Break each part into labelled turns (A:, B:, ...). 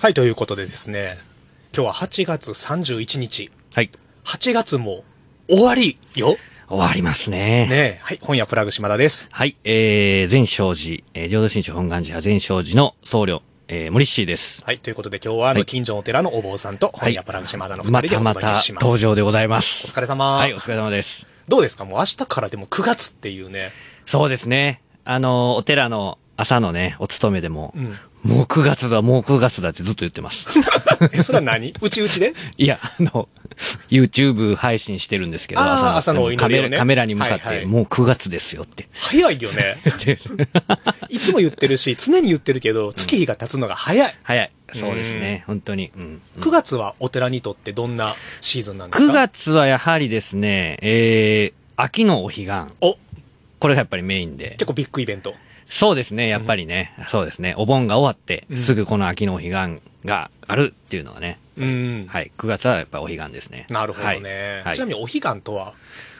A: はい、ということでですね、今日は8月31日。
B: はい。
A: 8月も終わりよ。
B: 終わりますね。
A: ねえ。はい、本屋プラグ島田です。
B: はい。えー、全勝寺、えー、浄土真宗本願寺派全勝寺の僧侶、えー、森氏です。
A: はい、ということで今日はあ
B: は
A: の、
B: い
A: 近所のお寺のお坊さんと本屋プラグ島田の2
B: ま
A: 人で
B: た
A: お届
B: ま
A: け
B: た
A: します。
B: 登場でございま
A: お
B: す。
A: 疲れ様。
B: はい、お疲れ様です。
A: どうですかもう明日からでも9月っていうね。
B: そうですね。あのー、お寺の朝のね、お勤めでも、
A: うん。
B: もう9月だ、もう9月だってずっと言ってます。
A: え、それは 何うちうちで
B: いや、あの、YouTube 配信してるんですけど、
A: あー朝のお
B: カ
A: 祈りを
B: メ
A: ね
B: ラカメラに向かって、
A: はいはい
B: もう9月です よって。
A: 早いよね。いつも言ってるし、常に言ってるけど、月日が経つのが早い。
B: 早い。そうですね、本当に。うん
A: 9月はお寺にとってどんなシーズンなんですか
B: 9月はやはりですね、えー、秋のお彼岸。
A: お、
B: これがやっぱりメインで
A: 結。構ビッグイベント。
B: そうですね、やっぱりね。そうですね。お盆が終わって、すぐこの秋のお彼岸があるっていうのはね。
A: うん。
B: はい。9月はやっぱお彼岸ですね。
A: なるほどね。
B: はいはい
A: ちなみにお彼岸とは、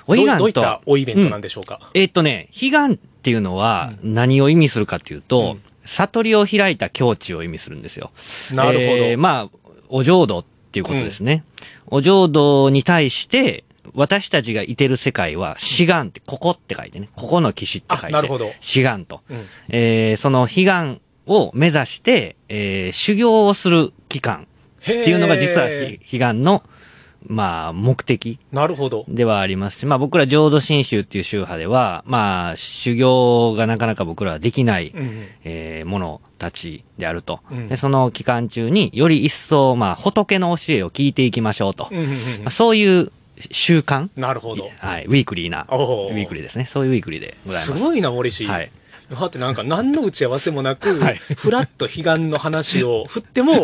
B: お彼岸
A: ど
B: と
A: うどういったおイベントなんでしょうか、
B: えーっとね、彼岸っていうのは何を意味するかっていう
A: う
B: と、
A: ん
B: 悟りを開いた境地を意味するんですよ。
A: なるほど。
B: えーまあ、お浄土っていうことですね。お浄土に対して、私たちがいてる世界は、死願って、ここって書いてね、ここの岸って書いて、
A: あなるほど
B: 死願と。
A: うん
B: えーその悲願を目指して、えー修行をする期間っていうのが実は
A: へー
B: 悲願の、まあ、目的
A: なるほど。
B: ではありますし、まあ僕ら浄土真宗っていう宗派では、まあ修行がなかなか僕らはできない、
A: うんうん
B: えーものたちであると、
A: うん
B: で。その期間中により一層、まあ仏の教えを聞いていきましょうと。
A: うんうんうん
B: まあ、そういう習慣、
A: なるほど。
B: はい、ウィークリーな、ウ
A: おー
B: ィークリーですね。そういうウィークリーでございますす。
A: ごいな、森氏。
B: はい
A: だってなんか何の打ち合わせもなく、
B: はい
A: ふらっと彼岸の話 を振っても、も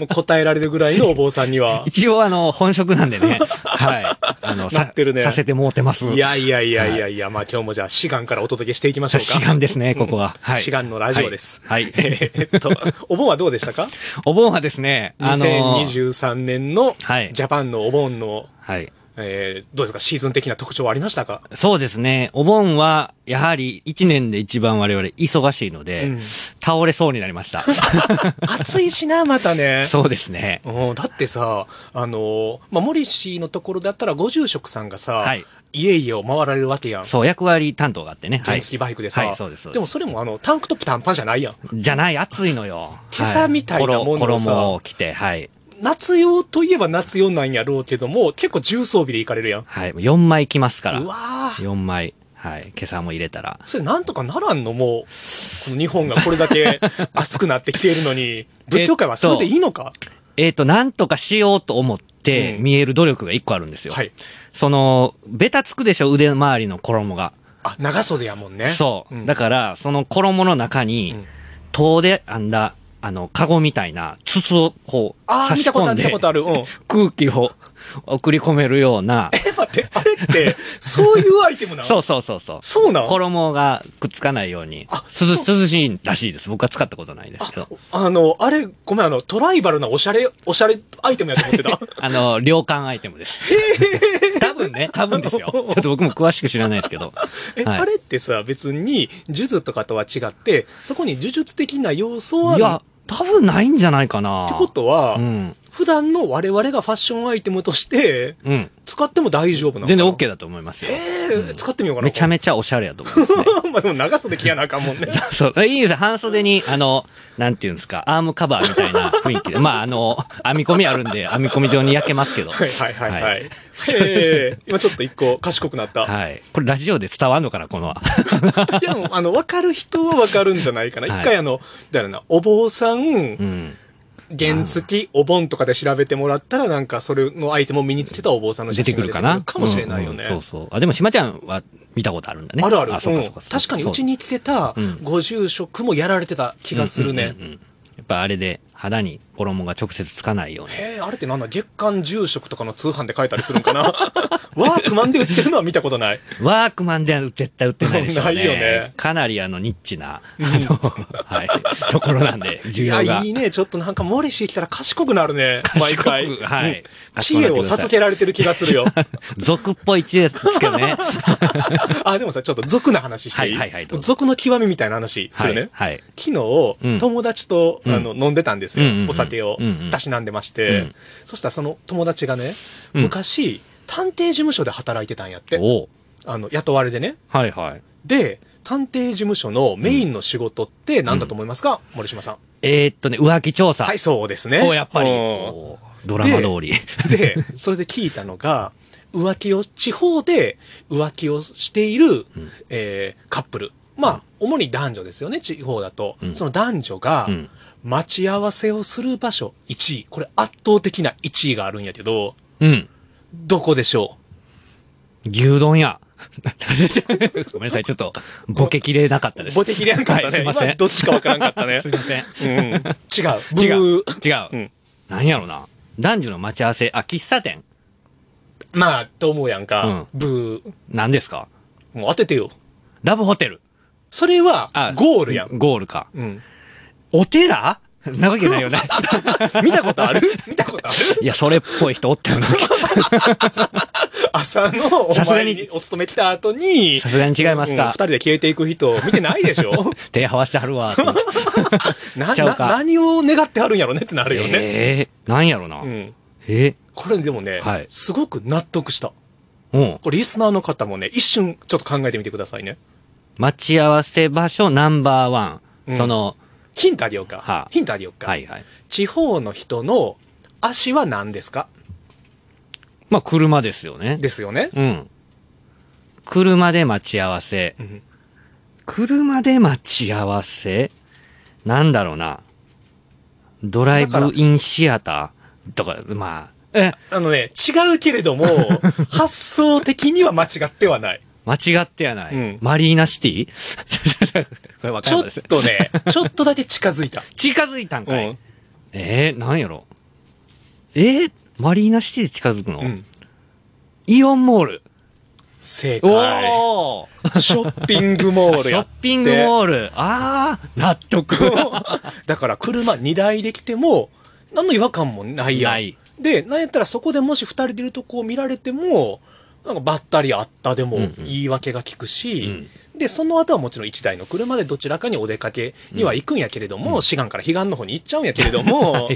A: う答えられるぐらいのお坊さんには。
B: 一応あの、本職なん でね。はい。あの、
A: なってるね
B: ささせて もうてます。
A: いやいやいやいやいや、まあ今日もじゃあ、志願からお届けしていきましょうか。
B: 志願ですね、ここは。はい。
A: 志願のラジオです
B: はい。はい
A: えーっと、お盆はどうでしたか
B: お盆はですね、あのー、
A: 2023年のジ
B: はい
A: ャパンのお盆の、
B: はい。
A: えーどうですか、シーズン的な特徴はありました か
B: そうですね。お盆は、やはり、一年で一番我々忙しいので、
A: うん
B: 倒れそうになりました。
A: 暑いしな、またね。
B: そうですね。
A: うんだってさ、あのーまあ、モリシーのところだったら、ご住職さんがさ、
B: はい
A: 家々を回られるわけやん。
B: そう、役割担当があってね。は
A: 原
B: い。
A: 付バイクでさ、
B: はい、そうです。そう
A: で
B: で
A: も
B: も、
A: それもあの、タンクトップ短パンじゃないやん。
B: じゃない、暑いのよ。
A: 今朝みたいなものをさ
B: はい衣衣を着て、はい。
A: 夏用といえば夏用なんやろうけども、結構重装備で行かれるやん。
B: はい。4枚着ますから。
A: うわー
B: 4枚。はい。今朝も入れたら。
A: それなんとかならんのもう、この日本がこれだ け熱くなってきているのに、仏教界はそれでいいのか、
B: えっ、と、なんとかしようと思って
A: うん
B: 見える努力が1個あるんですよ。
A: はい。
B: その、ベタつくでしょ、腕周りの衣が。
A: あ、長袖やもんね。
B: そう。
A: ん
B: だから、その衣の中に、
A: うん
B: 遠で編んだ、あの、カゴみたいな筒をこう、
A: ああ、
B: 差
A: 見
B: した
A: ことあ
B: 込ん
A: る、見
B: で
A: たことある。うん。 え、
B: 空気を送り込めるような、
A: 待って、あれって、そういうアイテムなの
B: そうそうそうそう。
A: そうなの
B: 衣がくっつかないように
A: あ、
B: 涼し涼しいらしいです。僕は使ったことないですけど。
A: あの、あれ、ごめん、あの、トライバルなおしゃれ、おしゃれアイテムやと思って た。
B: あの、量感アイテ ムです。多分ね、多分ですよ。ちょっと僕も詳しく知らないです けど。
A: え、
B: はい
A: あれってさ、別に、呪術とかとは違って、そこに呪術的な要素はいあるっ
B: や、多分ないんじゃないかな。
A: てことは、
B: うん。
A: 普段の我々がファッションアイテムとして、
B: うん。
A: 使っても大丈夫なのか
B: 全
A: な
B: 然 OK だと思いますよ。
A: えー使ってみようかな。
B: めちゃ
A: め
B: めちゃおしゃれやと思いま すね。
A: まあでも長袖着やなあかんもんね。
B: そう、いいですよ。半袖に、あの、なんていうんですか、アームカバーみたいな雰 囲気で。まあ、あの、編み込みあるんで、編み込み状に焼けますけど。
A: はいはいはいは。
B: はい
A: えー今ちょっと一個賢くなった。
B: はい。これラジオで伝わんのかな、この。
A: いやでも、あの、わかる人はわかるんじゃないかな。
B: はい
A: 一回あの、だよな、お坊さん
B: う、ん。
A: 原付、お盆とかで調べてもらったら、なんかそれのアイテムを身につけたお坊さんの
B: 出
A: 写
B: て
A: 真
B: く
A: が
B: るかな
A: かもしれないよね。
B: うんうんそうそう。あ、でも、島ちゃんは見たことあるんだね。
A: あるある。
B: そう
A: う
B: か
A: ん
B: そうか。そう
A: 確かに、うちに行ってた
B: うん
A: ご住職もやられてた気がするね
B: うん。うんうんうんやっぱあれで、肌に衣が直接つかないように。
A: えー、あれってなんだ月刊住職とかの通販で書いたりするんかな ワークマンで売ってるのは見たことない。
B: ワークマンでは絶対売ってないでしょうね。
A: ないよね
B: かなりあの、ニッチな、あの、はい、ところなんで、需
A: い
B: 要
A: や、
B: が
A: い。 いね。ちょっとなんか、モリシー来たら賢くなるね。毎
B: 賢く
A: 回。
B: はい
A: うん知恵を授けられてる気がするよ。
B: 俗っぽい知恵ですけどね。
A: あ、でもさ、ちょっと俗な話していい
B: はいはいはいどう ぞ
A: 俗の極みみたいな話するね。
B: はい。はい
A: 昨日
B: う、ん
A: 友達と、
B: うん
A: あの、飲んでたんですですよ、
B: うんうんうん
A: お酒を
B: うんうん
A: たしなんでまして、
B: うん
A: そしたらその友達がね、
B: うん
A: 昔、探偵事務所で働いてたんやって、
B: おう
A: あの雇われでね。
B: はいはい。
A: で、探偵事務所のメインの仕事って何だと思いますか、森島さん。
B: えーっとね、浮気調査。
A: はい、そうですね。
B: おやっぱり。
A: うん
B: おうドラマ通り。
A: で、それで聞いたのが、浮気を、地方で浮気をしている、えーカップル。まあ、主に男女ですよね、地方だと。
B: うん
A: その男女が
B: うん、
A: 待ち合わせをする場所1位。これ圧倒的な1位があるんやけど、
B: うん。
A: どこでしょ
B: 牛丼屋。 ごめんなさい、ちょっと、ボケきれなかったで
A: う
B: す。
A: ボテキレんかった
B: はいす
A: ね。
B: いません
A: 今どっちかわからんかったね
B: す。いません。
A: うん。違う。
B: 違う。違う
A: ブー。うん。
B: 何やろな。男女の待ち合わせ、あ、喫茶店。
A: まあ、と思うやんか。ブー。
B: 何ですか
A: もう当ててよ。
B: ラブホテル。
A: それは
B: あ、
A: ゴールやん。
B: ゴールか。
A: うん。
B: お寺なわけないよね。
A: 見たことある 見たことある
B: いや、それっぽい人おったよな。
A: 朝のお
B: さすが
A: 前
B: に
A: にお勤め行った後に、
B: さすがに違います
A: うん
B: か
A: 二。人で消えていく人見てないでし ょ
B: 手合わせてはるわ。と思って
A: な、
B: ちゃう
A: な、
B: か
A: 何を願ってはるんやろねってなるよね。
B: ええなんやろな
A: う。ん。
B: え
A: これでもね、
B: はい
A: すごく納得した。
B: うん。
A: これリスナーの方もね、一瞬ちょっと考えてみてくださいね。
B: 待ち合わせ場所ナンバーワ
A: う
B: ン。
A: ん
B: その、
A: ヒントあげようか。
B: はあ
A: ヒントあげようか。
B: はいはい。
A: 地方の人の足は何ですか
B: まあ、車ですよね。
A: ですよね。
B: うん。車で待ち合わせ。
A: うん
B: 車で待ち合わせなんだろうな。ドライブインシアターとか、まあ、え、
A: あのね、違うけれど も、発想的には間違ってはない。
B: 間違ってやない。
A: うん
B: マリーナシティ これわか
A: ち
B: ん
A: ょ
B: な
A: っ
B: いです。
A: とね、ちょっとだけ近づいた。
B: 近づいたん
A: う
B: かい。
A: ん。
B: えー、なんやろ。えー、マリーナシティで近づくの、
A: うん。
B: イオンモール。
A: 正
B: お
A: 解。
B: おー、
A: ショッピングモール
B: ショ
A: や
B: ッ
A: って。
B: ピングモール。あー、納得。
A: だから車2台できても、何の違和感もないやん。
B: ない
A: で、なんやったらそこでもし2人でいるとこを見られても、なんかばったりあったでも
B: うんうん
A: 言い訳が効くし、で、その後はもちろん1台の車でどちらかにお出かけには行くんやけれども、志願から彼岸の方に行っちゃうんやけれど も、う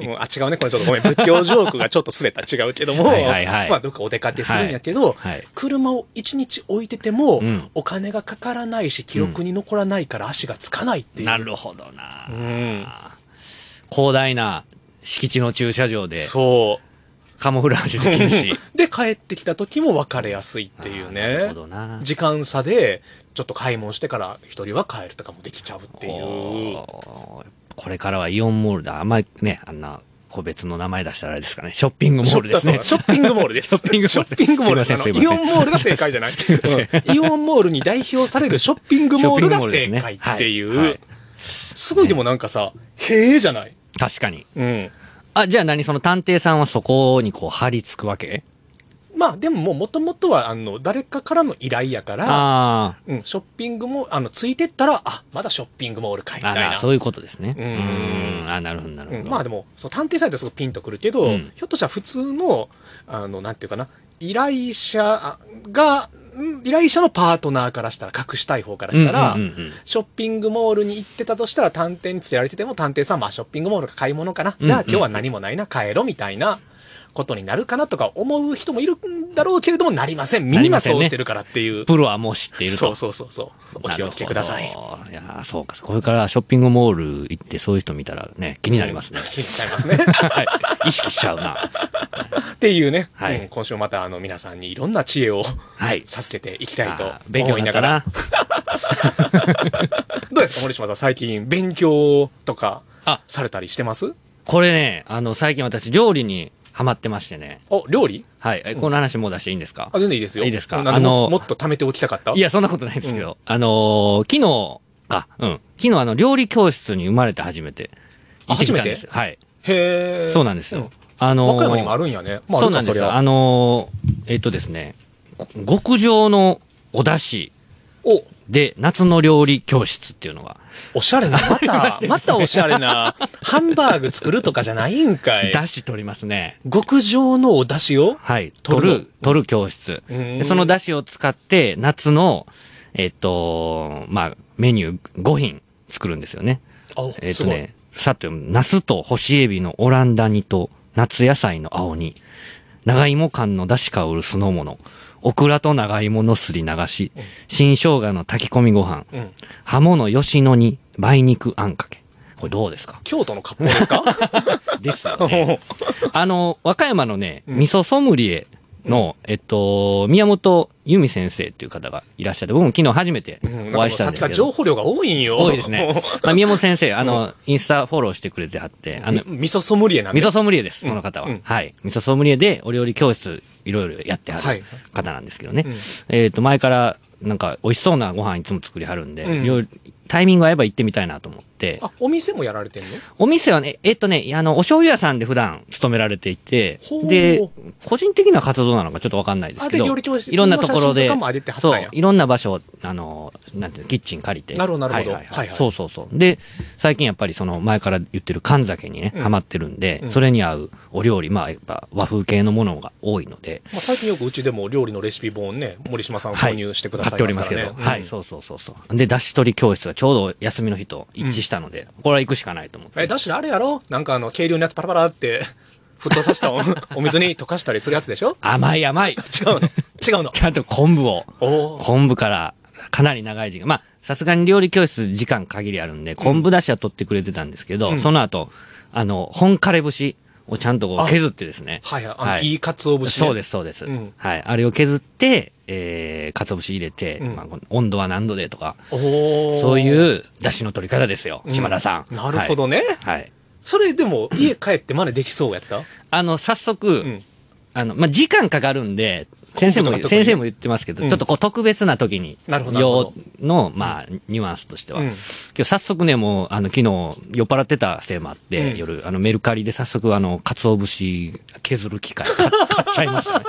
A: んあ、違うね、これちょっとごめん、仏教ジョークがちょっと滑った違うけども、
B: はいはいはい
A: まあどっかお出かけするんやけど、
B: はい。
A: 車を1日置いてても、
B: うん
A: お金がかからないし記録に残らないから足がつかないっていう、
B: なるほどな。
A: うん
B: 広大な敷地の駐車場で
A: そ
B: カモフラージュできるし。
A: うで帰 ってきた時も別れやすいっていう
B: あーなる
A: ね
B: ほどな。
A: 時間差でちょっと買い物してから一人は帰るとかもできちゃうっていう
B: おーこれからはイオンモールだ。あんまりね、あんな個別の名前出したらあれですかね。ショッピングモールですね。
A: ショッピングモールです。
B: ショッピングモール
A: ショッピングモールですあ
B: いません
A: の
B: すい
A: イ
B: ま
A: オ
B: せん
A: ンモールが正解 じゃない、うんイオンモールに代表されるショッピングモールが正解ってい。
B: ショッピングモールですねはいう
A: すごいでもなんかさ、へえじゃない
B: 確かに。
A: うん。
B: あ、じゃあ何その探偵さんはそこにこう張り付くわけ
A: まあでももう元々はあの誰かからの依頼やから、
B: あ
A: うん、ショッピングもあのついてったらあまだショッピングモールかいみ
B: ー
A: た
B: あ
A: い
B: な
A: な。
B: そういうことですね。
A: う
B: うんーん。あ、なるほど、なる
A: う
B: ほ
A: ん、
B: ど。
A: まあでもそう探偵さんってすごいピンとくるけど、
B: うん
A: ひょっとしたら普通のあのなんていうかな依頼者がん依頼者のパートナーからしたら隠したい方からしたら、
B: うんうんうんうん
A: ショッピングモールに行ってたとしたら探偵に連れられてても探偵さんまあショッピングモールか買い物かな、
B: うん
A: じゃあ今日は何もないな帰ろみたいなことになるかなとか思う人もいるんだろうけれどもなりませんみ
B: なんり
A: な
B: ませんね
A: そうしてるからっていう、
B: プロはもう知っていると
A: そう。そうそうそうお気をつけください
B: なるほどいやーそうか。これからショッピングモール行ってそういう人見たらね、気にな りますね。
A: 気になっちゃいますね
B: はい。意識しちゃうな。
A: っていうね、
B: はい
A: うん今週またあの皆さんにいろんな知恵を
B: はい。
A: させていきたいと
B: あー勉強
A: 思い
B: にな
A: な
B: った
A: がら。
B: な。
A: どうですか、森島さん、最近勉強とか
B: あ、
A: されたりしてます
B: これね、あの、最近私料理にハマってましてね。
A: お、料理
B: はい。えこの話もう出していいんですか
A: あ、全然いいですよ。
B: いいですか
A: あ
B: あ
A: の、
B: の
A: もっと貯めておきたかった
B: いや、そんなことないですけど。あのー昨日か、うん。昨日あの、料理教室に生まれて初めて。
A: あ
B: 行ってきたんですはい。
A: へえ。
B: そうなんですよ。あのー
A: 和歌山にもあるんやね。まあ、
B: そうなんですよ。あ
A: あるか
B: のーえっとですね、こ極上のお出汁
A: そりゃ
B: で夏の料理教室っていうのが、
A: お、おしゃれな、ま た、またおしゃれな、ハンバーグ作るとかじゃないんかい。
B: 出汁取りますね。
A: 極上のお出汁を
B: はい。
A: 取
B: 取
A: るの
B: る、取る教室。
A: うーん
B: でその出汁を使って夏の、えっと、まあ、メニュー5品作るんですよね。
A: あ、
B: えっ
A: す
B: と
A: ごい。
B: ね、さっと読む。ナスと干しエビのオランダ煮と夏野菜の青煮。長芋缶の出汁香る酢の物。オクラと長芋のすり流し。新生姜の炊き込みご飯。
A: うん。
B: ハモの吉野煮。梅肉あんかけ。これどうですか
A: 京都の割烹ですか
B: ですよね。 あの、和歌山のね、味噌ソムリエの、えっと、宮本由美先生っていう方がいらっしゃって、僕も昨日初めて
A: うん
B: お
A: なんかもう
B: 会いした
A: さ
B: ん
A: っ
B: で
A: き
B: す
A: から
B: け
A: 情
B: ど。
A: 報量が多いんよ。。
B: 多いですね まあ、宮本先生、あの、インスタフォローしてくれてはって、あの、
A: 味噌ソムリエなんで
B: 味噌ソムリエです、その方は。
A: うん
B: はい。味噌ソムリエでお料理教室いろいろやっては
A: はい
B: る方なんですけどね。
A: うん
B: えっ、と、前からなんか美味しそうなご飯いつも作りはるんで、
A: うん
B: いろいろタイミング合えば行ってみたいなと思って、
A: あ、お店もやられてんの
B: お店はね、えっとね、あの、お醤油屋さんで普段勤められていて
A: ほ、う
B: で、個人的な活動なのかちょっとわかんないです
A: あ
B: け
A: で
B: ど、
A: 料理教室
B: いろんなところ
A: の写真
B: で
A: とかも上げて、はった
B: そ
A: んや
B: う、いろんな場所、あの、なんていうのキッチン借りて。
A: なるほどなるほど
B: はいはいはい
A: はいはい
B: そうそうそう。で、最近やっぱりその前から言ってる神酒にね、
A: うん
B: ハマってるんで、
A: うん
B: それに合うお料理、まあやっぱ和風系のものが多いので、
A: まあ、最近よくうちでも料理のレシピ本ね、森島さん
B: は
A: 購
B: い
A: 入してくだ
B: 買
A: さい
B: っておりますけ
A: から
B: ど、
A: ね
B: はい、
A: うん
B: そうそうそうそう。で、出し取り教室がちょうど休みの日と一致したので、これは行くしかないと思って。
A: え、だしあれやろなんかあの、軽量のやつパラパラって、沸騰させた おお水に溶かしたりするやつでしょ
B: 甘い甘い
A: 違 うの違うの
B: ちゃんと昆布を。
A: おー
B: 昆布からかなり長い時間、まあ、さすがに料理教室時間限りあるんで、昆布だしは取ってくれてたんですけど、
A: うん
B: その後、あの、本枯れ節をちゃんとこう
A: あ
B: 削ってですね。
A: はいはい。あの、い、いかつお節、ね。
B: そうです、そうです、
A: うん
B: はい。あれを削って、えー、鰹節入れて、
A: うん
B: まあ、この温度は何度でとか、
A: おー。
B: そう
A: う
B: いう出汁の取り方ですよ、
A: ん
B: 島田さん。
A: なるほどね。
B: はい。はい。
A: それでも、家帰って真似できそうやった
B: あの、早速、
A: うん。
B: あの、まあ、時間かかるんで、先生も、
A: 昆布とか特に
B: 先生も言ってますけど、
A: うん
B: ちょっとこう特別な時に、
A: なるほどなるほ
B: 用
A: ど
B: の、まあ、ニュアンスとしては。
A: うん
B: 今日早速ね、もう、あの、昨日酔っ払ってたせいもあって、
A: うん
B: 夜、あの、メルカリで早速、あの、鰹節削る機械買っ買っちゃいました、ね。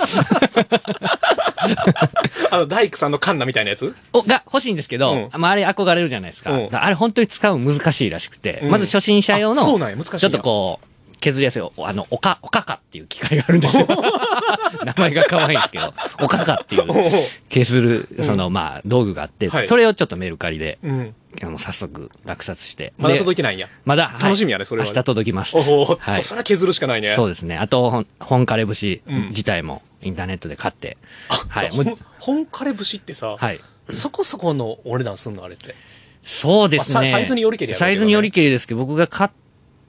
A: あの、大工さんのカンナみたいなやつ
B: お、が欲しいんですけど、まあ、あれ憧れるじゃないですか。
A: うん
B: あれ本当に使うの難しいらしくて、
A: うん
B: まず初心者用の、
A: あそうなんや難しいんや
B: ちょっとこう、削りやすい、おあの、おか、おかかっていう機械があるんですよ。 名前が可愛いんですけど、おかかっていう
A: おう、
B: 削る、その、まあ、道具があって、
A: はい
B: それをちょっとメルカリで、
A: うん。
B: あの、早速落札して。
A: まだ届い
B: き、
A: てないんや。
B: まだ、はい
A: 楽しみやねそれは
B: 明日届きます。
A: おーおっと、
B: はい
A: それは削るしかないね。
B: そうですね。あと、本本枯れ節
A: うん
B: 自体もインターネットで買って、は
A: はい
B: い。もう
A: 本枯れ節ってさ、
B: はい。
A: そこそこのお値段すんのあれって。
B: そうですね、
A: まあササイズによりけりやろうけど
B: サ
A: ね
B: イズによりけりですけど、僕が買っ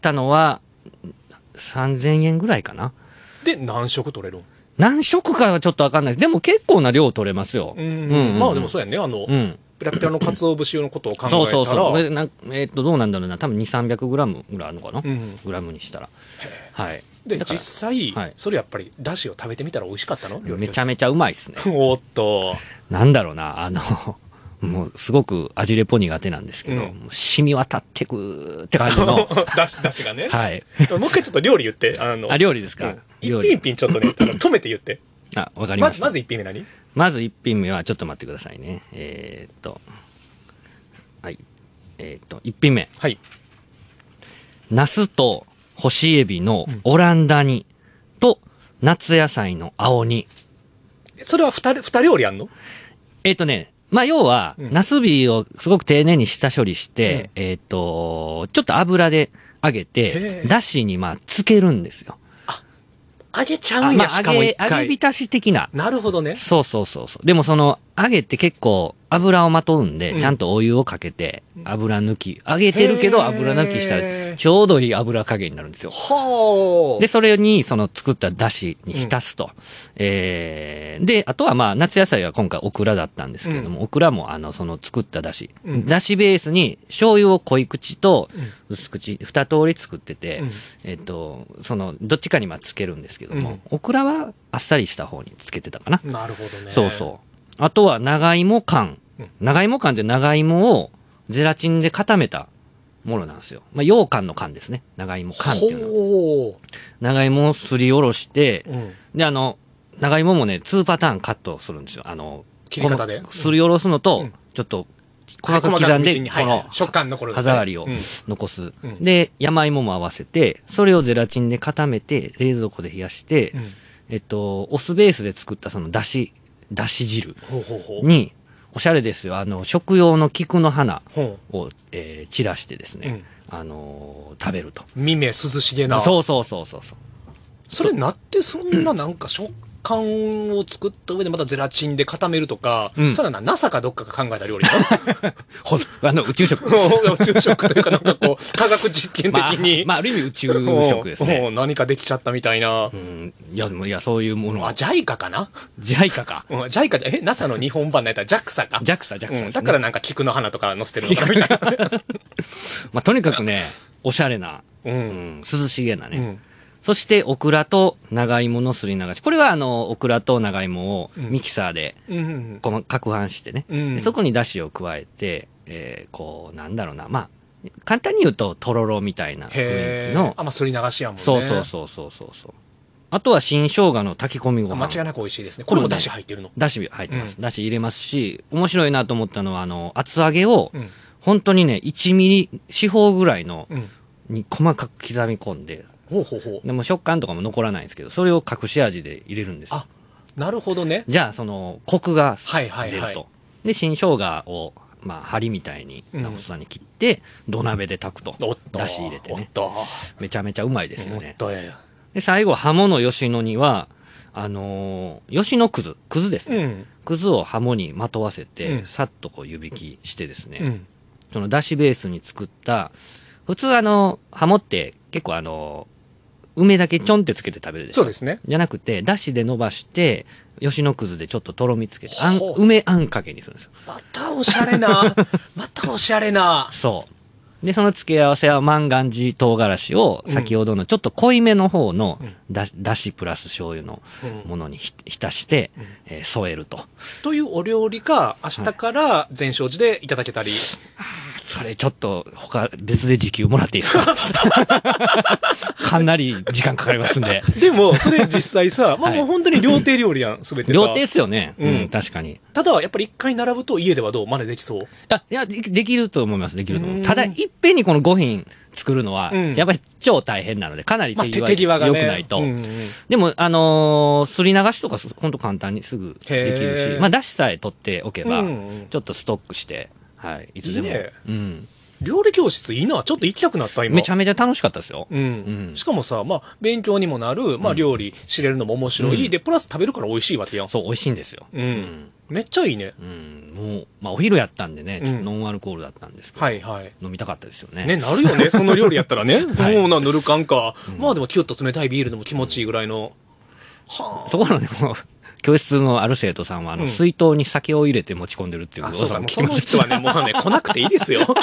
B: たのは、3000円ぐらいかな。
A: で、何色取れるん
B: 何色かはちょっとわかんないです。でも結構な量取れますよ。
A: うん
B: うんうん
A: まあでもそうやんね。あの、
B: うん
A: ペラペラの鰹節のことを考えた
B: そう
A: ら、
B: そうそう。これなんえっと、どうなんだろうな。多分2、300グラムぐらいあるのかな、
A: うん
B: グラムにしたら。はい。
A: で、
B: だか
A: 実
B: ら
A: 際、
B: はい
A: それやっぱり、だしを食べてみたら美味しかったの
B: めちゃ
A: め
B: めちゃうまいですね。
A: ちゃ。おっと。
B: なんだろうな、あの、 もうすごく味レポ苦手なんですけど、
A: うん。
B: もう染み渡ってくって感じの
A: だし、だしがね。
B: はい。
A: もう一回ちょっと料理言って、あの、
B: あ、料理ですか、
A: うん一
B: 料
A: 品一
B: 理。
A: 品ちょっ とね、あの止めて言って。
B: あ、わかり
A: ま
B: ま
A: ず、
B: し
A: ま
B: た。
A: ず一品目何
B: まず一品目は、ちょっと待ってくださいね。えー、っと。はい。えー、っと、一品目。
A: はい。
B: 茄子と干しエビのオランダ煮と夏野菜の青煮。
A: それは二人、二料理あんの
B: えっ、とね、まあ、要は、
A: うん
B: ナスビをすごく丁寧に下処理して、えっ、と、ちょっと油で揚げ
A: へ
B: て、
A: え
B: だしにまあ、つけるんですよ。
A: 揚げちゃ
B: あ
A: うん
B: ま
A: や、
B: あ、
A: しかも
B: 揚げ
A: 一、
B: 揚げ
A: 回。
B: 浸し的な。
A: なるほどね。
B: そうそうそうそう。でもその、揚げって結構油をまとうんで、
A: うん
B: ちゃんとお湯をかけて、油抜き。揚げてるけ
A: へ
B: ど
A: え
B: 油抜きしたら、ちょうどいい油加減になるんですよ。
A: ほー。
B: で、それに、その作っただしに浸すと。えー、で、あとはまあ、夏野菜は今回オクラだったんですけれども、オクラもあの、その作っただし。
A: うん
B: だしベースに醤油を濃い口と薄口、二通り作ってて、
A: うん
B: えっと、その、どっちかにまあつけるんですけども、オクラはあっさりした方につけてたかな。
A: なるほどね。
B: そうそう。あとは長芋缶
A: うん。
B: 長芋缶って長芋をゼラチンで固めたものなんですよ。まあ、羊羹の缶ですね。長芋缶っていうのは。
A: ほ
B: 長芋をすりおろして、
A: ー。うん。
B: で、あの、長芋もね、2パターンカットするんですよ。あの、
A: 切り方で
B: このすりおろすのと、
A: うん
B: ちょっと、細かく刻んで、
A: 道に
B: こ
A: はいはい
B: の、
A: 食感残る。
B: 歯触りを
A: うん
B: 残す
A: うん。
B: で、山芋も合わせて、それをゼラチンで固めて、冷蔵庫で冷やして
A: う、ん
B: えっと、お酢ベースで作ったそのだし、だし汁
A: ほうほうほう。
B: に、おしゃれですよ。あの、食用の菊の花
A: ほ
B: を、えー散らしてですね、あのー食べると。
A: う。見目涼しげな。
B: そうそうそうそうそう。
A: それなってそんななんか食感を作った上でまたゼラチンで固めるとか、
B: うん
A: それはな、NASA かどっかが考えた料理な
B: ほあの、宇宙食。
A: の宇宙食というかなんかこう、科学実験的
B: まあ
A: に。、
B: まあ、ある意味宇宙食です
A: おうお
B: ね。
A: う何かできちゃったみたいな。
B: うん、いや、でも、いや、そういうもの
A: あ、
B: は、
A: JICA かな
B: ジャイカか。
A: うん、JICA じゃ、え、NASA の日本版のやったら JAXA か。
B: JAXA、JAXA ですね、
A: うんだからなんか菊の花とか載せてるのかなみたいな。
B: まあ、とにかくね、おしゃれな、
A: う。
B: うんん、涼しげな
A: う
B: ね。
A: ん。
B: そして、オクラと長芋のすり流し。これは、あの、オクラと長芋をミキサーで、
A: うん。
B: こま、攪拌してね。
A: うん。
B: そこにだしを加えて、えーこう、なんだろうな。まあ、簡単に言うと、とろろみたいな雰囲
A: へえ
B: 気の。
A: あ、、まあ、それ流しやもんね。
B: そうそうそうそうそうそう。あとは、新生姜の炊き込みご
A: 間違い
B: 飯。
A: なく美味しいですね。これも出汁入ってるの。
B: だし入ってます。
A: う
B: だし入れますし、面白いなと思ったのは、あの、厚揚げを
A: う、ん。
B: 本当にね、1ミリ四方ぐらいの、
A: うん。
B: に細かく刻み込んで、
A: ほうほうほう。
B: でも食感とかも残らないんですけど、それを隠し味で入れるんですよ
A: あ。なるほどね。
B: じゃあ、その、コクが出
A: はい
B: ると。
A: はいはい。
B: で、新生姜を、まあ、針みたいに、
A: うん
B: ナ細さに切って、土鍋で炊くと。
A: おっと。
B: だし入れてね
A: おっと。
B: めちゃめちゃうまいですよ
A: お
B: ね
A: っ。とえ
B: で、最後、ハモの吉野には、あのー、吉野くず、くずです
A: え。
B: ね。
A: うん。
B: くずをハモにまとわせて、
A: うん
B: さっとこう湯引きしてですね、
A: うん。
B: そのだしベースに作った、普通あの、ハモって結構あの、梅だけちょんってつけて食べるでし
A: そ
B: ょ
A: うですね。
B: じゃなくて、だしで伸ばして、吉野くずでちょっととろみつけて、あん
A: ほう
B: 梅あんかけにするんですよ。
A: またおしゃれな。またおしゃれな。
B: そう。で、その付け合わせは万願寺唐辛子を先ほどのちょっと濃いめの方のだ,、だしプラス醤油の
A: うん
B: ものにひ浸して、
A: うん
B: えー添えると。
A: というお料理が明日から全勝寺でいただけたり。
B: それちょっと他別で時給もらっていいです かかなり時間かかりますんで。
A: でも、それ実際さ、まあ
B: はい
A: もう本当に料亭料理やん、すべてさ。
B: 料亭っすよね。うん、
A: うん
B: 確かに。
A: ただ、やっぱり一回並ぶと家ではどう真似できそう。
B: あ、いや、でできると思います。できると思
A: う
B: う。
A: ん
B: ただ、いっぺんにこの5品作るのは、
A: うん
B: やっぱり超大変なので、かなり
A: まあ、
B: 手
A: 手
B: 際,、
A: 手際がね。
B: 良くないと。
A: うんうん
B: でも、あのーすり流しとかす、ほんと簡単にすぐでき
A: へ
B: るし、
A: ー
B: まあ、だしさえ取っておけば、
A: うん
B: ちょっとストックして、はい、いつでも。
A: いいね
B: うん。
A: 料理教室いいな。ちょっと行きたくなった、今。
B: めちゃめちゃ楽しかったですよ。
A: うん
B: うん
A: しかもさ、まあ、勉強にもなる、まあ、料理知れるのも面白い、
B: うん
A: で、プラス食べるから美味しいわけやん。
B: そう、美味しいんですよ。
A: うん。めっちゃいいね。
B: うん、もう、まあ、お昼やったんでね、
A: うん
B: ちょっとノンアルコールだったんですけど、
A: はいはい。
B: 飲みたかったですよね。
A: ね、なるよ ね。その料理やったらね。
B: はい
A: もうな、ぬるかんか。まあでも、キュッと冷たいビールでも気持ちいいぐらいの。は
B: そこの、ね、もう 教室のある生徒さんは、あの、
A: うん
B: 水筒に酒を入れて持ち込んでるっていう
A: あ。あ、
B: 噂
A: そうか。もうそ
B: も聞きま
A: の
B: し
A: 人はね、もうね、来なくていいですよ。
B: た。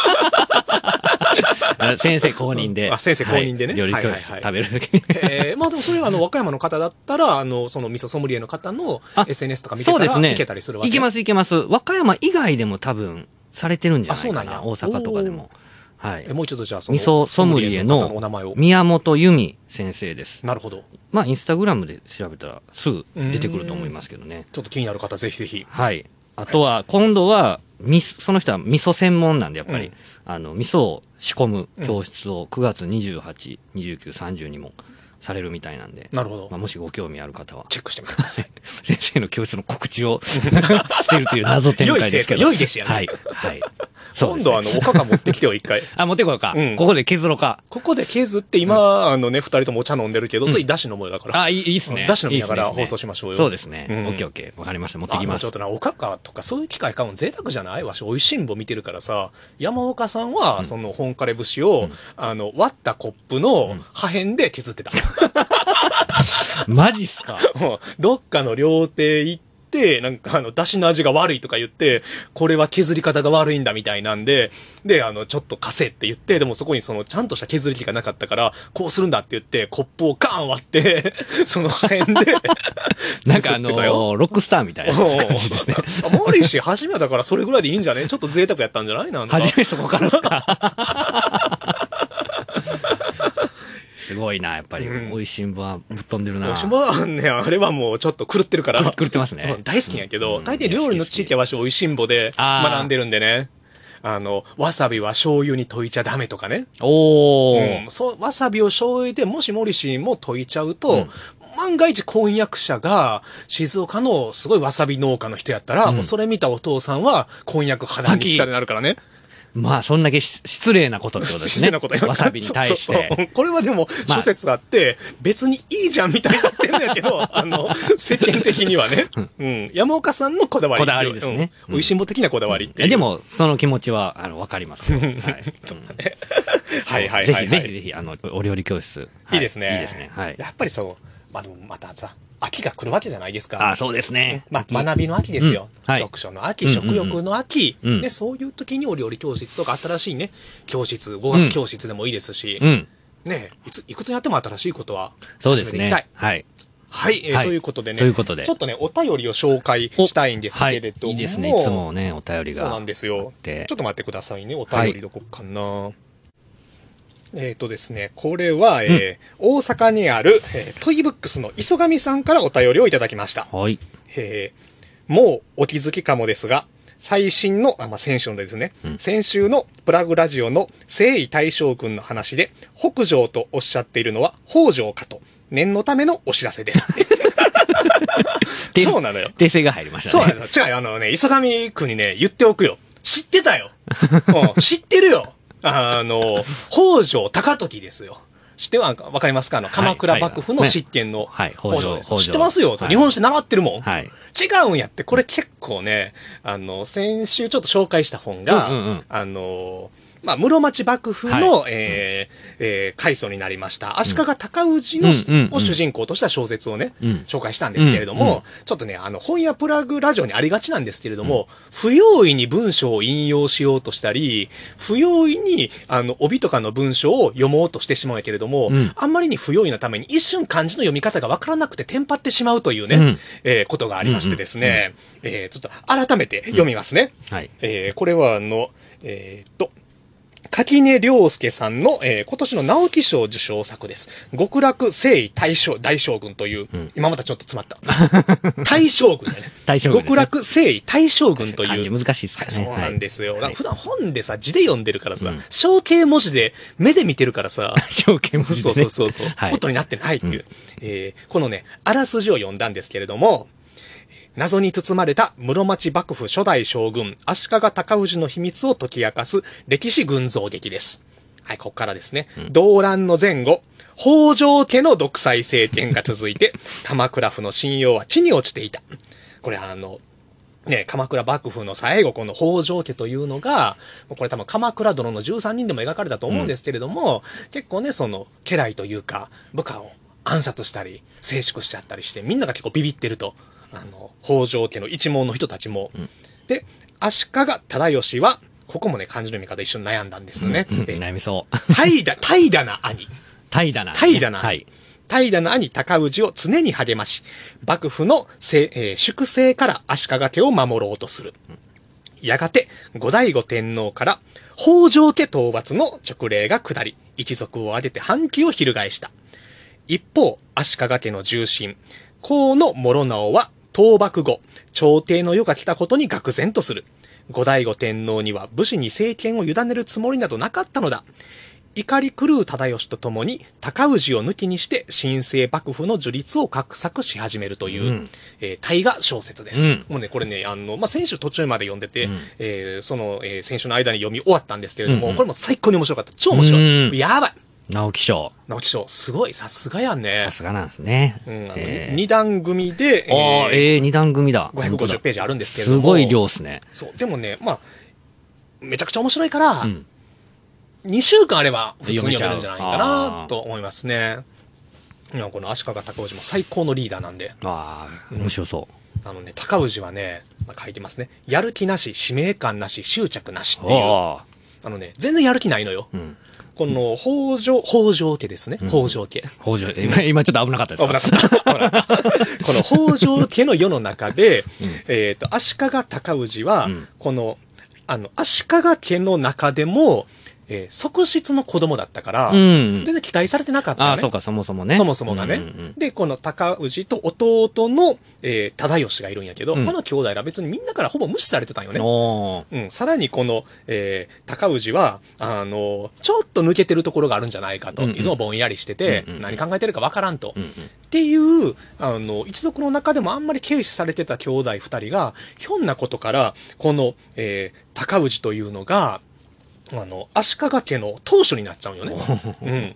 B: あ 先生公認で。
A: あ先生公認でね
B: はい料理教室
A: はい
B: 食
A: は
B: べるだけ。
A: えーまあでもそれはあの、和歌山の方だったら、あの、その味噌ソムリエの方の
B: あ
A: SNS とか見て
B: そう
A: た
B: です
A: ら、
B: ね。
A: いけたりするわけ
B: 行けます、行けます。和歌山以外でも多分、されてるんじゃない
A: あ
B: か
A: そうなん
B: な。
A: や
B: 大阪とかでも。は
A: え
B: い。
A: もう一度じゃあ、その、
B: 味噌ソムリエ
A: ソム方お名前
B: の
A: を。
B: 宮本由美先生です。
A: なるほど。
B: まあ、インスタグラムで調べたらすぐ出てくると思いますけどね。
A: ちょっと気になる方、ぜひぜひ。
B: はい。あとは、今度は、みそその人は味噌専門なんで、やっぱり、
A: うん
B: あの、味噌を仕込む教室を9月28、29、30にもされるみたいなんで、
A: なるほど
B: まあ、。もしご興味ある方は、
A: チェックしてみてください。
B: 先生の教室の告知を してるという謎展開ですけど。
A: 良い生徒良い弟子やね
B: はい。はい。 そ う
A: 今
B: です、
A: 度
B: ね。
A: あの、おかか持ってきてよ、一回。
B: あ、持ってこようか。
A: うん
B: ここで削ろうか。
A: ここで削って、今、あのね、二人ともお茶飲んでるけど、つい出汁飲もうよだから。
B: あ、いいいいっすね。
A: 出汁飲みながら
B: いいっすね
A: 放送しましょうよ
B: そうですね。
A: うん
B: オッケーオッケー。わかりました。持って
A: あ
B: きま
A: のち
B: す
A: ょっ。とな、おかかとかそういう機会買うの贅沢じゃないわし、おいしんぼ見てるからさ、山岡さんは、その、本枯節を、あの、割ったコップの破片で削ってた。
B: マジっす か。
A: もうどっかの料亭行って、なんかあの、出汁の味が悪いとか言って、これは削り方が悪いんだみたいなんで、で、あの、ちょっと貸せって言って、でもそこにその、ちゃんとした削り器がなかったから、こうするんだって言って、コップをガーン割って、 その辺で、
B: なんかあ
A: 削っ
B: の
A: てたよ
B: ロックスターみたいな
A: おう
B: 感じですね。
A: あモーリー氏、初めはだからそれぐらいでいいんじゃねちょっと贅沢やったんじゃないなんか。
B: 初めそこからですか すごいな、やっぱり。
A: うん
B: 美味しんぼはぶっ飛んでるな。
A: 私もね、あれはもうちょっと狂ってるから。
B: 狂ってますね
A: うん大好きなんやけど、
B: うん
A: 大抵料理の地域はわし美味しんぼで
B: あー
A: 学んでるんでね。あの、わさびは醤油に溶いちゃダメとかね。
B: おー。
A: うん、そう、わさびを醤油でもしモリシンも溶いちゃうと、万が一婚約者が静岡のすごいわさび農家の人やったら、もうそれ見たお父さんは婚約肌にしたになるからね。
B: まあ、そんだけし失礼なことってことですね。
A: 失礼なことや
B: わさびに対して。
A: そうそうそうこれはでも、
B: まあ
A: 諸説あって、別にいいじゃんみたいになってるんだけど、 あの、世間的にはね。うん。山岡さんのこだわり。
B: こだわりですね
A: うん。美味しんぼ的なこだわりっていう。
B: でも、その気持ちは、あの、わかりますよ。はい。うん
A: はいはい
B: ぜ
A: は
B: ひ
A: い。
B: ぜひぜひ、あの、お料理教室。はい
A: いですね。
B: いいですね。はい。
A: やっぱりそう、まあでもまたさ、秋が来るわけじゃないですか。
B: あ、そうですね。
A: まあ、学びの秋ですよ。
B: うんはい
A: 読書の
B: う
A: 秋、
B: んうんうん
A: 食欲の秋、
B: うん
A: ね。そういう時にお料理教室とか新しいね、教室、語学教室でもいいですし、
B: うん。
A: ねいつ、いくつになっても新しいことは
B: そう
A: 始め
B: です
A: ていきたい。
B: ね。はい。
A: はい、えー
B: はい
A: ということでね。
B: ということで
A: ちょっとね、お便りを紹介
B: お
A: したいんですけれども。
B: はい。いいですね。いつもね、お便り
A: そうな
B: が
A: ん。ですよ。ちょ
B: て
A: っと待ってくださいね。お便りどこかな。えっ、とですね、これは、えー大阪にある、えートイブックスの磯上さんからお便りをいただきました。
B: はい。
A: えーもうお気づきかもですが、最新の、あ、まあ、先週のですね、先週のプラグラジオの征夷大将軍の話で、北条とおっしゃっているのは北条かと、念のためのお知らせ です。そうなのよ。
B: 訂正が入りました
A: そう
B: ね。
A: なんですよ。違うよ。あのね、磯上くんにね、言っておくよ。知ってたよ。うん、知ってるよ。あの、北条高時ですよ。知ってはわかりますかあの、
B: い
A: 鎌倉幕府の
B: はい
A: 執権の
B: はい
A: 北条です。
B: 北条
A: 知ってますよ。
B: はい
A: 日本史習ってるもん。
B: はい。
A: 違うんやって、これ結構ね、あの、先週ちょっと紹介した本が、
B: うんうんうん
A: あの、まあ、室町幕府の、えーえー開祖になりました、足利尊氏の、
B: うんうんうん
A: を主人公とした小説をね、
B: うん
A: 紹介したんですけれども、
B: うんうん
A: ちょっとね、あの、本屋プラグラジオにありがちなんですけれども、不用意に文章を引用しようとしたり、不用意に、あの、帯とかの文章を読もうとしてしまうんやけれども、
B: うん
A: あんまりに不用意なために一瞬漢字の読み方がわからなくてテンパってしまうというね、
B: うん
A: えーことがありましてですね、えーちょっと改めて読みますね。
B: はい。
A: えーこれはあの、えーっと、垣根良介さんの、えー今年の直木賞受賞作です。極楽征夷大将大将軍という、今またちょっと詰まった。大将軍だね。
B: 大将軍です
A: 極
B: ね
A: 楽征夷大将軍と
B: 漢
A: い
B: 字
A: う。
B: 難しいですからね。
A: はいそうなんですよ。
B: は
A: だ
B: い
A: から普段本でさ、字で読んでるからさ、
B: うん
A: 象形文字で目で見てるからさ、
B: 条件文字で
A: そう
B: ね
A: そうそうそう、
B: はい。
A: 音になってないっていう、えーこのね、あらすじを読んだんですけれども、謎に包まれた室町幕府初代将軍、足利尊氏の秘密を解き明かす歴史群像劇です。はい、ここからですね。動乱の前後、北条家の独裁政権が続いて、 鎌倉府の信用は地に落ちていた。これあの、ね、鎌倉幕府の最後、この北条家というのが、これ多分鎌倉殿の13人でも描かれたと思うんですけれども、結構ね、その、家来というか、部下を暗殺したり、静粛しちゃったりして、みんなが結構ビビってると、あの、北条家の一門の人たちも。で、足利忠義は、ここもね、漢字の読み方一緒に悩んだんですよね。
B: うん
A: え
B: 悩みそう。
A: 怠惰、怠惰な兄。
B: 怠惰な。
A: 怠惰な
B: はい。
A: 平の兄高氏を常に励まし、幕府のせ、えー粛清から足利家を守ろうとする。やがて、後醍醐天皇から北条家討伐の直令が下り、一族を挙げて反旗を翻した。一方、足利家の重臣、河野諸直は倒幕後、朝廷の世が来たことに愕然とする。後醍醐天皇には武士に政権を委ねるつもりなどなかったのだ。怒り狂う忠義とともに高氏を抜きにして新生幕府の樹立を画策し始めるという、
B: うん
A: えー大河小説です、
B: うん
A: もうねこれねあの、まあ、先週途中まで読んでて、
B: うん
A: えーその、えー先週の間に読み終わったんですけれども、
B: うんうん
A: これも最高に面白かった超面白い、
B: うん
A: やばい
B: 直木賞。
A: 直木賞すごいさすがやね
B: さすがなんですね。
A: うん、あの
B: えー
A: 二段組で、
B: ああ、
A: えー
B: ええ、二段組だ。
A: 550ページあるんですけれど
B: す
A: も
B: ごい量ですね。
A: そうでもねまあめちゃくちゃ面白いから、
B: うん。
A: 2週間あれば普通に読める
B: 読め
A: ん
B: ち
A: じ
B: ゃ
A: ゃ
B: う
A: ないかなと思いますね。いやこの足利尊氏も最高のリーダーなんで、
B: ああ、面白そ
A: あのね、尊氏はね、まあ書いてますね。やる気なし、使命感なし、執着なしっ
B: う。
A: ていう、
B: ああ。
A: あのね、全然やる気ないのよ。
B: うん。
A: この、北条、北条家ですね。北条家。
B: 北条、今、今ちょっと危なかったです
A: 危
B: か
A: なかった。ほら この北条家の世の中で、えっと、足利尊氏は、
B: うん
A: この、あの、足利家の中でも、えー側室の子供だったから、
B: うん
A: 全。然期待されてなかった
B: あ
A: よ
B: あ、
A: ね
B: そうか、そもそもね。
A: そもそもがね。
B: うんうん
A: で、この高氏と弟の、えー、忠義がいるんやけど、
B: うん
A: この兄弟ら別にみんなからほぼ無視されてたんよ
B: うん
A: ね。
B: おー
A: うん、さらにこの、えー、高氏は、あの、ちょっと抜けてるところがあるんじゃないかと、
B: うんうん
A: いつもぼんやりしてて、
B: うんうん
A: 何考えてるかわからんと、
B: うん
A: っ
B: うん
A: ていう、あの、一族の中でもあんまり軽視されてた兄弟二人が、ひょんなことから、この、えー、高氏というのが、あの、足利家の当主になっちゃうんよね。 うん。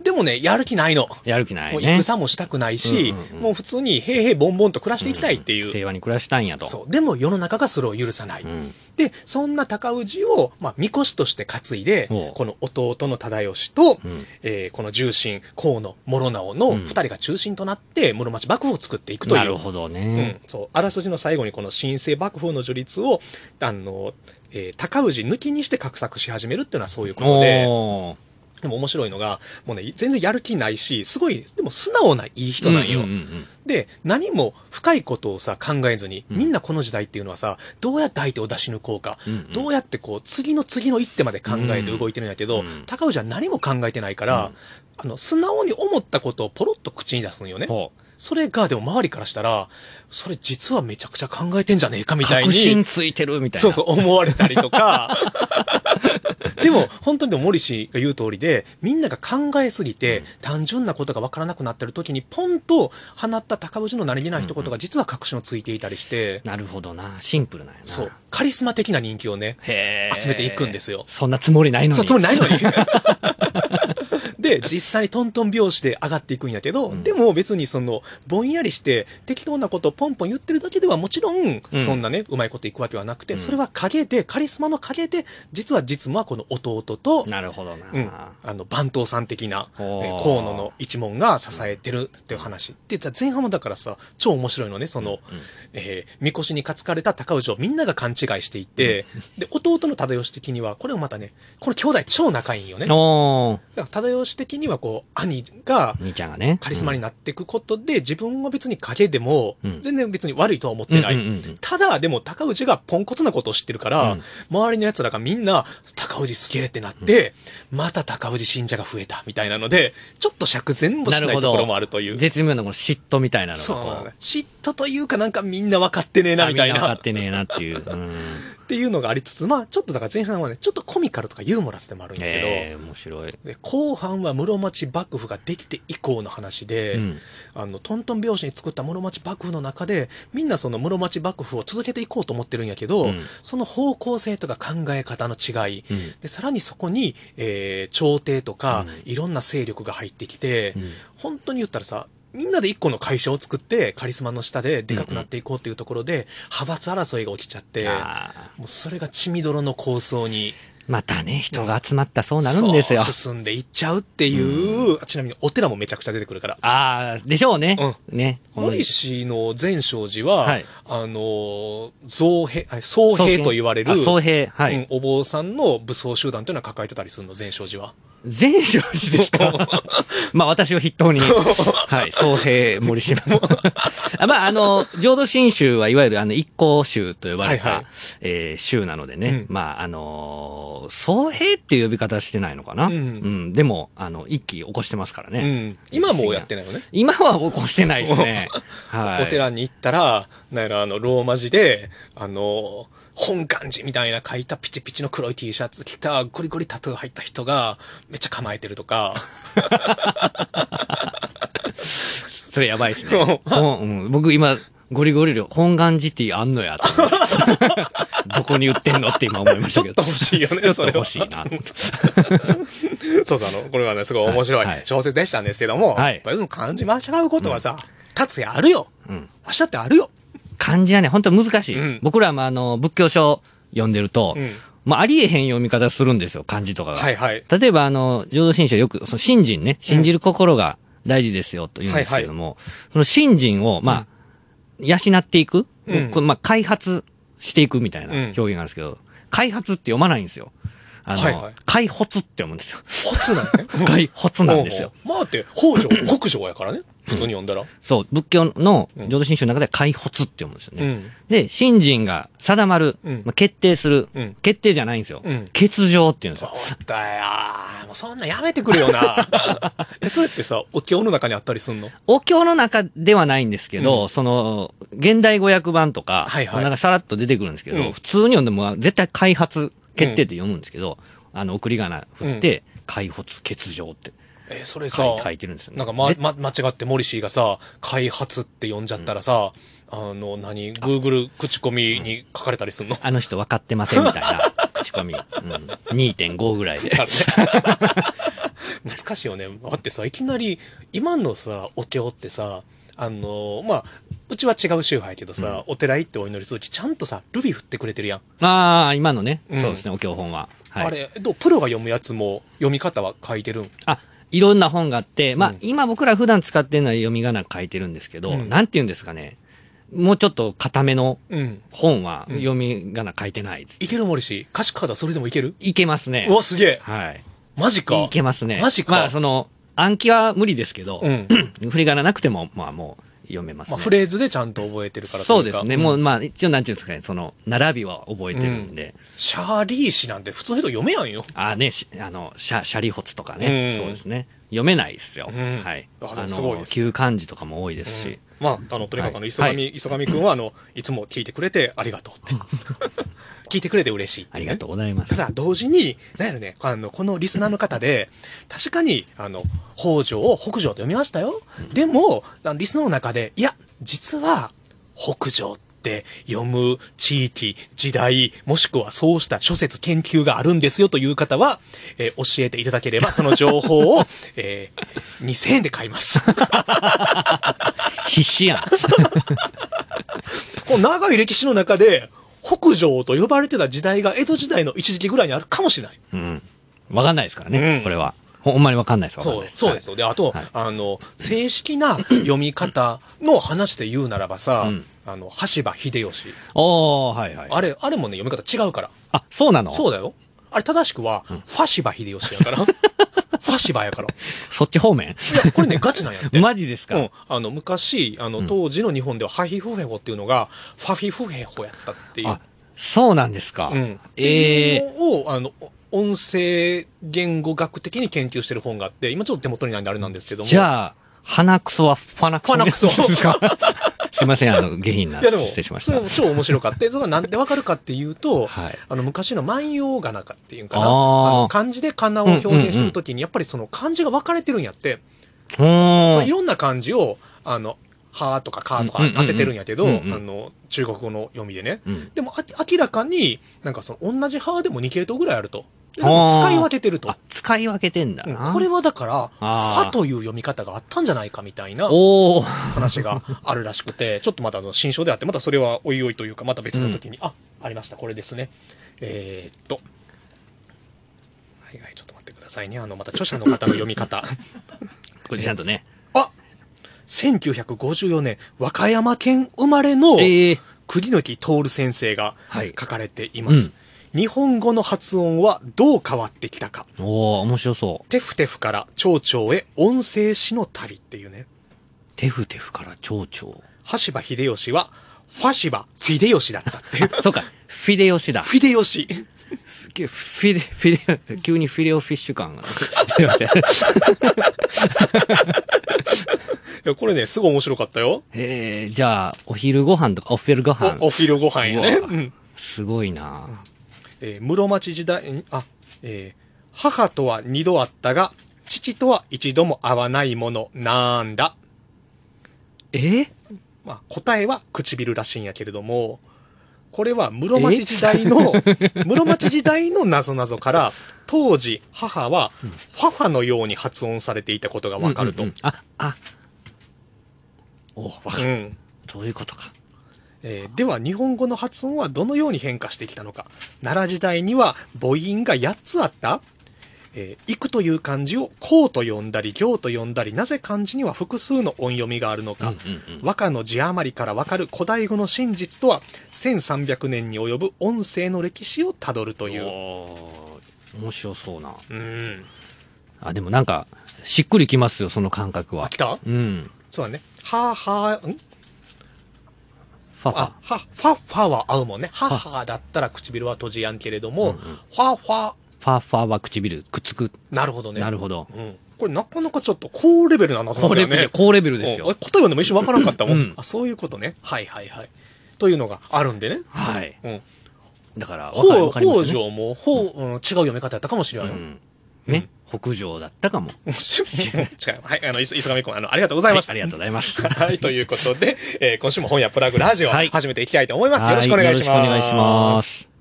A: でもね、やる気ないの。
B: やる気ない
A: もう
B: ね。
A: 戦もしたくないし、
B: うんうんうん
A: もう普通に平々凡々と暮らしていきたいっていう。
B: 平和に暮らしたいんやと。
A: そう。でも世の中がそれを許さない。
B: うん。
A: で、そんな高氏を、まあ、みこしとして担いで、
B: おう
A: この弟の忠義と、
B: うん
A: えーこの重臣、河野諸直の
B: うん
A: 二人が中心となって、室町幕府を作っていくと
B: ないる
A: う。
B: ほど
A: う
B: ね
A: ん。、そうあらすじの最後にこの新生幕府の樹立をあの、えー高氏抜きにして画策し始めるっていうのはそういうことで
B: おー
A: でも面白いのが、もうね、全然やる気ないし、すごい、でも素直ないい人なんよ。
B: うんうんうん
A: で、何も深いことをさ、考えずに、
B: うん
A: みんなこの時代っていうのはさ、どうやって相手を出し抜こうか、
B: うんうん
A: どうやってこう、次の次の一手まで考えて動いてるんやけど、
B: うん
A: 高氏は何も考えてないから、
B: うん
A: あの、素直に思ったことをポロッと口に出すんよね。
B: ほう
A: それが、でも周りからしたら、それ実はめちゃくちゃ考えてんじゃねえかみたいに。
B: 確信ついてるみたいな。
A: そうそう、思われたりと か。でも、本当にでも森氏が言う通りで、みんなが考えすぎて、単純なことがわからなくなってる時に、ポンと放った高氏の何気ない一言が実は確信をついていたりして、
B: なるほどな。シンプルなんやな。
A: そう、カリスマ的な人気をね、
B: へー
A: 集めていくんですよ
B: そんなつもりないのに。
A: そう、つもりないの に。で、実際にトントン拍子で上がっていくんやけど、
B: うん
A: でも別にその、ぼんやりして適当なことをポンポン言ってるだけではもちろん、
B: うん
A: そんなね、うまいこといくわけはなくて、
B: うん
A: それは陰で、カリスマの陰で、実は実務はこの弟と、
B: なるほどな。
A: うん、あの、番頭さん的な、え
B: おー
A: ー河野の一門が支えてるっていう話。で、じゃあ前半もだからさ、超面白いのね、その、えー、みこしに担かれた高氏をみんなが勘違いしていて、で、弟の忠義的には、これをまたね、この兄弟超仲いいんよね。だか
B: おー
A: ら忠義的にはこう、兄が
B: 兄ちゃんがね。
A: カリスマになっていくことで、自分は別に影でも
B: う、ん
A: 全然別に悪いとは思ってない。
B: うんうんうんうん
A: ただ、でも高氏がポンコツなことを知ってるから、
B: うん
A: 周りの奴らがみんな、高氏すげえってなって、また高氏信者が増えた、みたいなので、ちょっと釈然も
B: な
A: し
B: る
A: ない
B: ほ
A: と
B: ど
A: ころもあるという。
B: 絶妙なこの嫉妬みたいなのがこ
A: そうなのね嫉妬というかなんかみんな分かってねえな、みたい
B: あみん分か
A: な
B: っ。てねえなっていう。うん。
A: っていうのがありつつ、まあ、ちょっとだから前半はね、ちょっとコミカルとかユーモラスでもあるん やけど、
B: ええ、面白い。
A: で後半は室町幕府ができて以降の話で、
B: うん
A: あのトントン拍子に作った室町幕府の中でみんなその室町幕府を続けていこうと思ってるんやけど、
B: うん
A: その方向性とか考え方の違い、
B: うん
A: でさらにそこに、えー朝廷とか、
B: う
A: いろんな勢力が入ってきて、
B: うん
A: 本当に言ったらさみんなで一個の会社を作ってカリスマの下ででかくなっていこうっていうところで、派閥争いが起きちゃって。
B: ああ
A: もうそれが血みどろの構想に
B: またね、人が集まったそうなるんですよ
A: そう。進んでいっちゃうっていう、ちなみにお寺もめちゃくちゃ出てくるから。
B: ああ、でしょうね。ね。この
A: 森氏の全勝寺は、
B: はい
A: あの、造兵、あ僧兵と言われる、
B: あ僧兵。は
A: う
B: い
A: ん。お坊さんの武装集団というのは抱えてたりするの、全勝寺は。
B: 全勝寺で すかまあ私を筆頭に。はい。総平森島。 あまああの、浄土真宗はいわゆるあの一向宗と呼ばれた、
A: はいはい
B: えー宗なのでね。
A: う
B: まああのー、総平っていう呼び方はしてないのかな。
A: うん
B: でも、あの、一気起こしてますから
A: う
B: ね。
A: ん。今はもうやってないよね。
B: 今は起こしてないで すね。はい。
A: お寺に行ったら、なんやろ、あの、ローマ字で、あの、本願寺みたいな書いたピチピチの黒い T シャツ着た、ゴリゴリタトゥー入った人が、めっちゃ構えてると か、
B: それやばいっす ね。ほんうん、僕今、ゴリゴリ量、本願寺ティーあんのやと思って。 どこに売ってんのって今思いまし
A: ち
B: た
A: ょ
B: け
A: っ
B: ど。
A: と欲しいよね、
B: ちょっ
A: そ
B: と
A: れは
B: 欲しいな。
A: そうそう、あの、これはね、すごい面白
B: はい
A: い小説でしたんですけども、
B: はい
A: やっぱりでも漢字間違うことはさ、立つやあるよ。
B: うん
A: 明日ってあるよ。
B: 漢字はね、本当難しい。
A: うん
B: 僕らもあの、仏教書読んでると、
A: うん
B: まあ、ありえへん読み方するんですよ、漢字とかが。
A: はいはい。
B: 例えばあの、浄土真宗よく、その信心ね、信じる心が大事ですよと言うんですけれども、その信心を、まあ、養っていく、
A: うん
B: こうまあ、開発していくみたいな
A: うん
B: 表現があるんですけど、開発って読まないんですよ。あの、
A: はいはい
B: 開発って読むんですよ。
A: ホツなん ね。
B: 開発なんですよ。
A: ほうほう。まあって、北条、北条やからね。普通に呼んだら。
B: そう、仏教の
A: うん
B: 浄土真宗の中では開発って読むんですよ
A: う
B: ね。
A: ん。
B: で、信心が定まる、
A: うん
B: まあ、決定する、
A: うん
B: 決定じゃないんですよ。
A: うん
B: 欠場っていうんですよ。
A: そうだよ。もうそんなんやめてくれよな。 え、それってさ、お経の中にあったりすんの
B: お経の中ではないんですけど、
A: う
B: その、現代語訳版とか、
A: はいはい
B: なんかさらっと出てくるんですけど、
A: うん
B: 普通に読んでも絶対開発決定って読むんですけど、あの、送り仮名振って、開発欠場って
A: え、それさ
B: 書い、書いてるんですよね。
A: なんか、ま
B: ぜ、
A: ま、間違ってモリシーがさ、開発って呼んじゃったらさ、あの、何、Google 口コミに書かれたりすんの
B: あの人分かってませんみたい な口コミ、うん、2.5ぐらいで。
A: 難しいよね。 だってさ、いきなり、今のさ、お経ってさ、あのまあ、うちは違う宗派やけどさ、お寺行ってお祈りするうち、ちゃんとさ、ルビ振ってくれてるやん。
B: まあ、今のね、
A: うん
B: そうですね、お経本は。はい、
A: あれ、どうプロが読むやつも、読み方は書いてるん。
B: あいろんな本があって、まあ、
A: うん
B: 今僕ら普段使ってるのは読み仮名書いてるんですけど、
A: うん
B: なんて言うんですかね。もうちょっと固めの
A: うん。
B: 本は
A: うん
B: 読み仮名書いてないです。
A: いける森氏歌詞カードそれでもいける
B: いけますね
A: う。わ、すげえ
B: はい。
A: マジか
B: いけますね。
A: マジか
B: まあ、その、暗記は無理ですけど、
A: うん。
B: 振り仮名なくても、まあもう読めます
A: ま
B: ね。
A: あ、フレーズでちゃんと覚えてるから
B: そうですね。もう、
A: うか。ん
B: まあ、一応なんて言うんですかね、その、並びは覚えてるんで、
A: シャーリー氏なんて普通の人読めやんよ。
B: あね、しあの、シャ、シャリホツとかね、
A: うん
B: そうですね。読めないですよ。
A: うん
B: はい。
A: あでも
B: あ
A: すごいで
B: の、
A: すね
B: 旧漢字とかも多いですし、
A: まあ、あの、とにかくあの、
B: はい
A: 磯上、
B: はい
A: 磯上くんは、あの、いつも聞いてくれてありがとう って。聞いてくれて嬉しいって
B: あ
A: ね、
B: りがとうございます
A: た。だ、同時に、なんやろね、あの、このリスナーの方で、確かに、あの、北条を北条と読みましたよ。でも、あのリスナーの中で、いや、実は、北条って読む地域、時代、もしくはそうした諸説研究があるんですよという方は、えー教えていただければ、その情報を、えー2000円で買います。
B: 必死やん。
A: この長い歴史の中で、北条と呼ばれてた時代が江戸時代の一時期ぐらいにあるかもしれない。
B: うん。わかんないですからね、
A: うん
B: これは。ほほんまにわかんないです、わかん
A: そ
B: な
A: う
B: い
A: そうですよ。で、あと、
B: はい
A: あの、正式な読み方の話で言うならばさ、
B: うん
A: あの、羽柴秀吉。
B: おー、はいはい。
A: あれ、あれもね、読み方違うから。
B: あ、そうなの
A: そうだよ。あれ正しくは、ファシバ秀吉や から。ファシバやから。い
B: そっち方面
A: や、これね、ガチ なんやって。
B: マジですか、
A: うん、あの昔あの、当時の日本ではハヒフヘホっていうのがファフィフヘホやったっていう
B: あ、そうなんですか、
A: うん、え
B: ええ
A: をあの音声言語学的に研究してる本があって今ちょっと手元にないんであれなんですけども
B: じゃあ、鼻くそはファナクソ
A: ファナクソ
B: ですか すいません、あの、下品ない
A: やでも、
B: 失礼しました
A: それ。も超面白か って、それはなんでわかるかっていうと、
B: はい
A: あの、昔の万葉仮名かっていうんかな、
B: あ
A: あ
B: ー
A: の漢字で仮名を表現してるときに、やっぱりその漢字が分かれてるんやって、そ
B: ほー
A: のいろんな漢字を、あの、はとかかとか当ててるんやけど、
B: う
A: あ
B: んうんうんうん
A: の、中国語の読みでね。
B: うん
A: でも、あ明らかに、なんかその、同じはでも2系統ぐらいあると。で
B: あー
A: なんか使い分けてると
B: あ。、使い分けてんだ
A: うん
B: な。
A: これはだから、
B: あー
A: はという読み方があったんじゃないかみたいな。
B: おー。
A: 話があるらしく て、ちょっとまだあの新書であって、またそれはおいおいというか、また別の時に、あ、ありました、これですね。えーっと。はいはい、ちょっと待ってくださいね。あの、また著者の方の読み方。
B: これちゃんとね。
A: あ !1954 年、和歌山県生まれの
B: ええ
A: 栗の木徹先生が
B: はい
A: 書かれています。日本語の発音はどう変わってきたか。
B: おー、面白そう。
A: テフテフから蝶々へ音声詩の旅っていうね。
B: テフテフから蝶々。
A: 羽柴秀吉は、ファシバ秀吉だったって いう。
B: そうか、フィデヨシだ。
A: フィデヨシ。
B: きフィレ、フィレ、急にフィレオフィッシュ感が。 すいません
A: いや、これね、すごい面白かったよ。
B: えー、じゃあ、お昼ご飯とか、お昼ご飯。
A: おお昼ご飯やね。
B: うわ
A: うん。
B: すごいな
A: えー室町時代に、あ、えー母とは二度会ったが、父とは一度も会わないもの、なんだ。
B: えー、
A: まあ、答えは唇らしいんやけれども、これは室町時代の、 室町時代の謎々 から、当時、母は、ファファのように発音されていたことがわかると。
B: う
A: うん
B: うんうんあ、あ。おわかる。
A: ん
B: そういうことか。
A: えーでは日本語の発音はどのように変化してきたのか奈良時代には母音が8つあった、えー行くという漢字をこうと呼んだり行と呼んだりなぜ漢字には複数の音読みがあるのか、
B: ん
A: 和歌の字余りからわかる古代語の真実とは1300年に及ぶ音声の歴史をたどるという
B: おー面白そうな。
A: うん。
B: あ、でもなんか、しっくりきますよ、その感覚
A: あ、
B: は
A: 来。た
B: うん。
A: そうだね。ははん
B: ファファ
A: あ、は、ファ、ファは合うもんね。ははだったら唇は閉じやんけれども、ファ、ファ、
B: ファファは唇くっつく。
A: なるほどね。
B: なるほど。
A: うん。これなかなかちょっと高レベルな謎なん
B: 高
A: だ
B: レ
A: よ
B: ベル、
A: ね。
B: 高レベルです
A: うんあ答
B: よ。
A: え読んでも一瞬わからんかったもん,、
B: うん
A: あ、そういうことね。はいはいはい。というのがあるんでね。
B: はい。
A: うん。
B: だから、わか
A: ほう、
B: わかりま
A: 北
B: すよね。
A: 条も、ほう、うん、違う読み方やったかもしれ
B: う
A: ない。
B: ん。ね、北条だったかも。
A: 違う。はい、あの、いす、いすがみくん、あの、ありがとうござい
B: はい
A: まし、た。
B: ありがとうございます。
A: はい、ということで、えー今週も本屋プラグラジオ、
B: はい
A: 始めていきたいと思います。よろしくお
B: は
A: 願いします。
B: よろしくお願いします。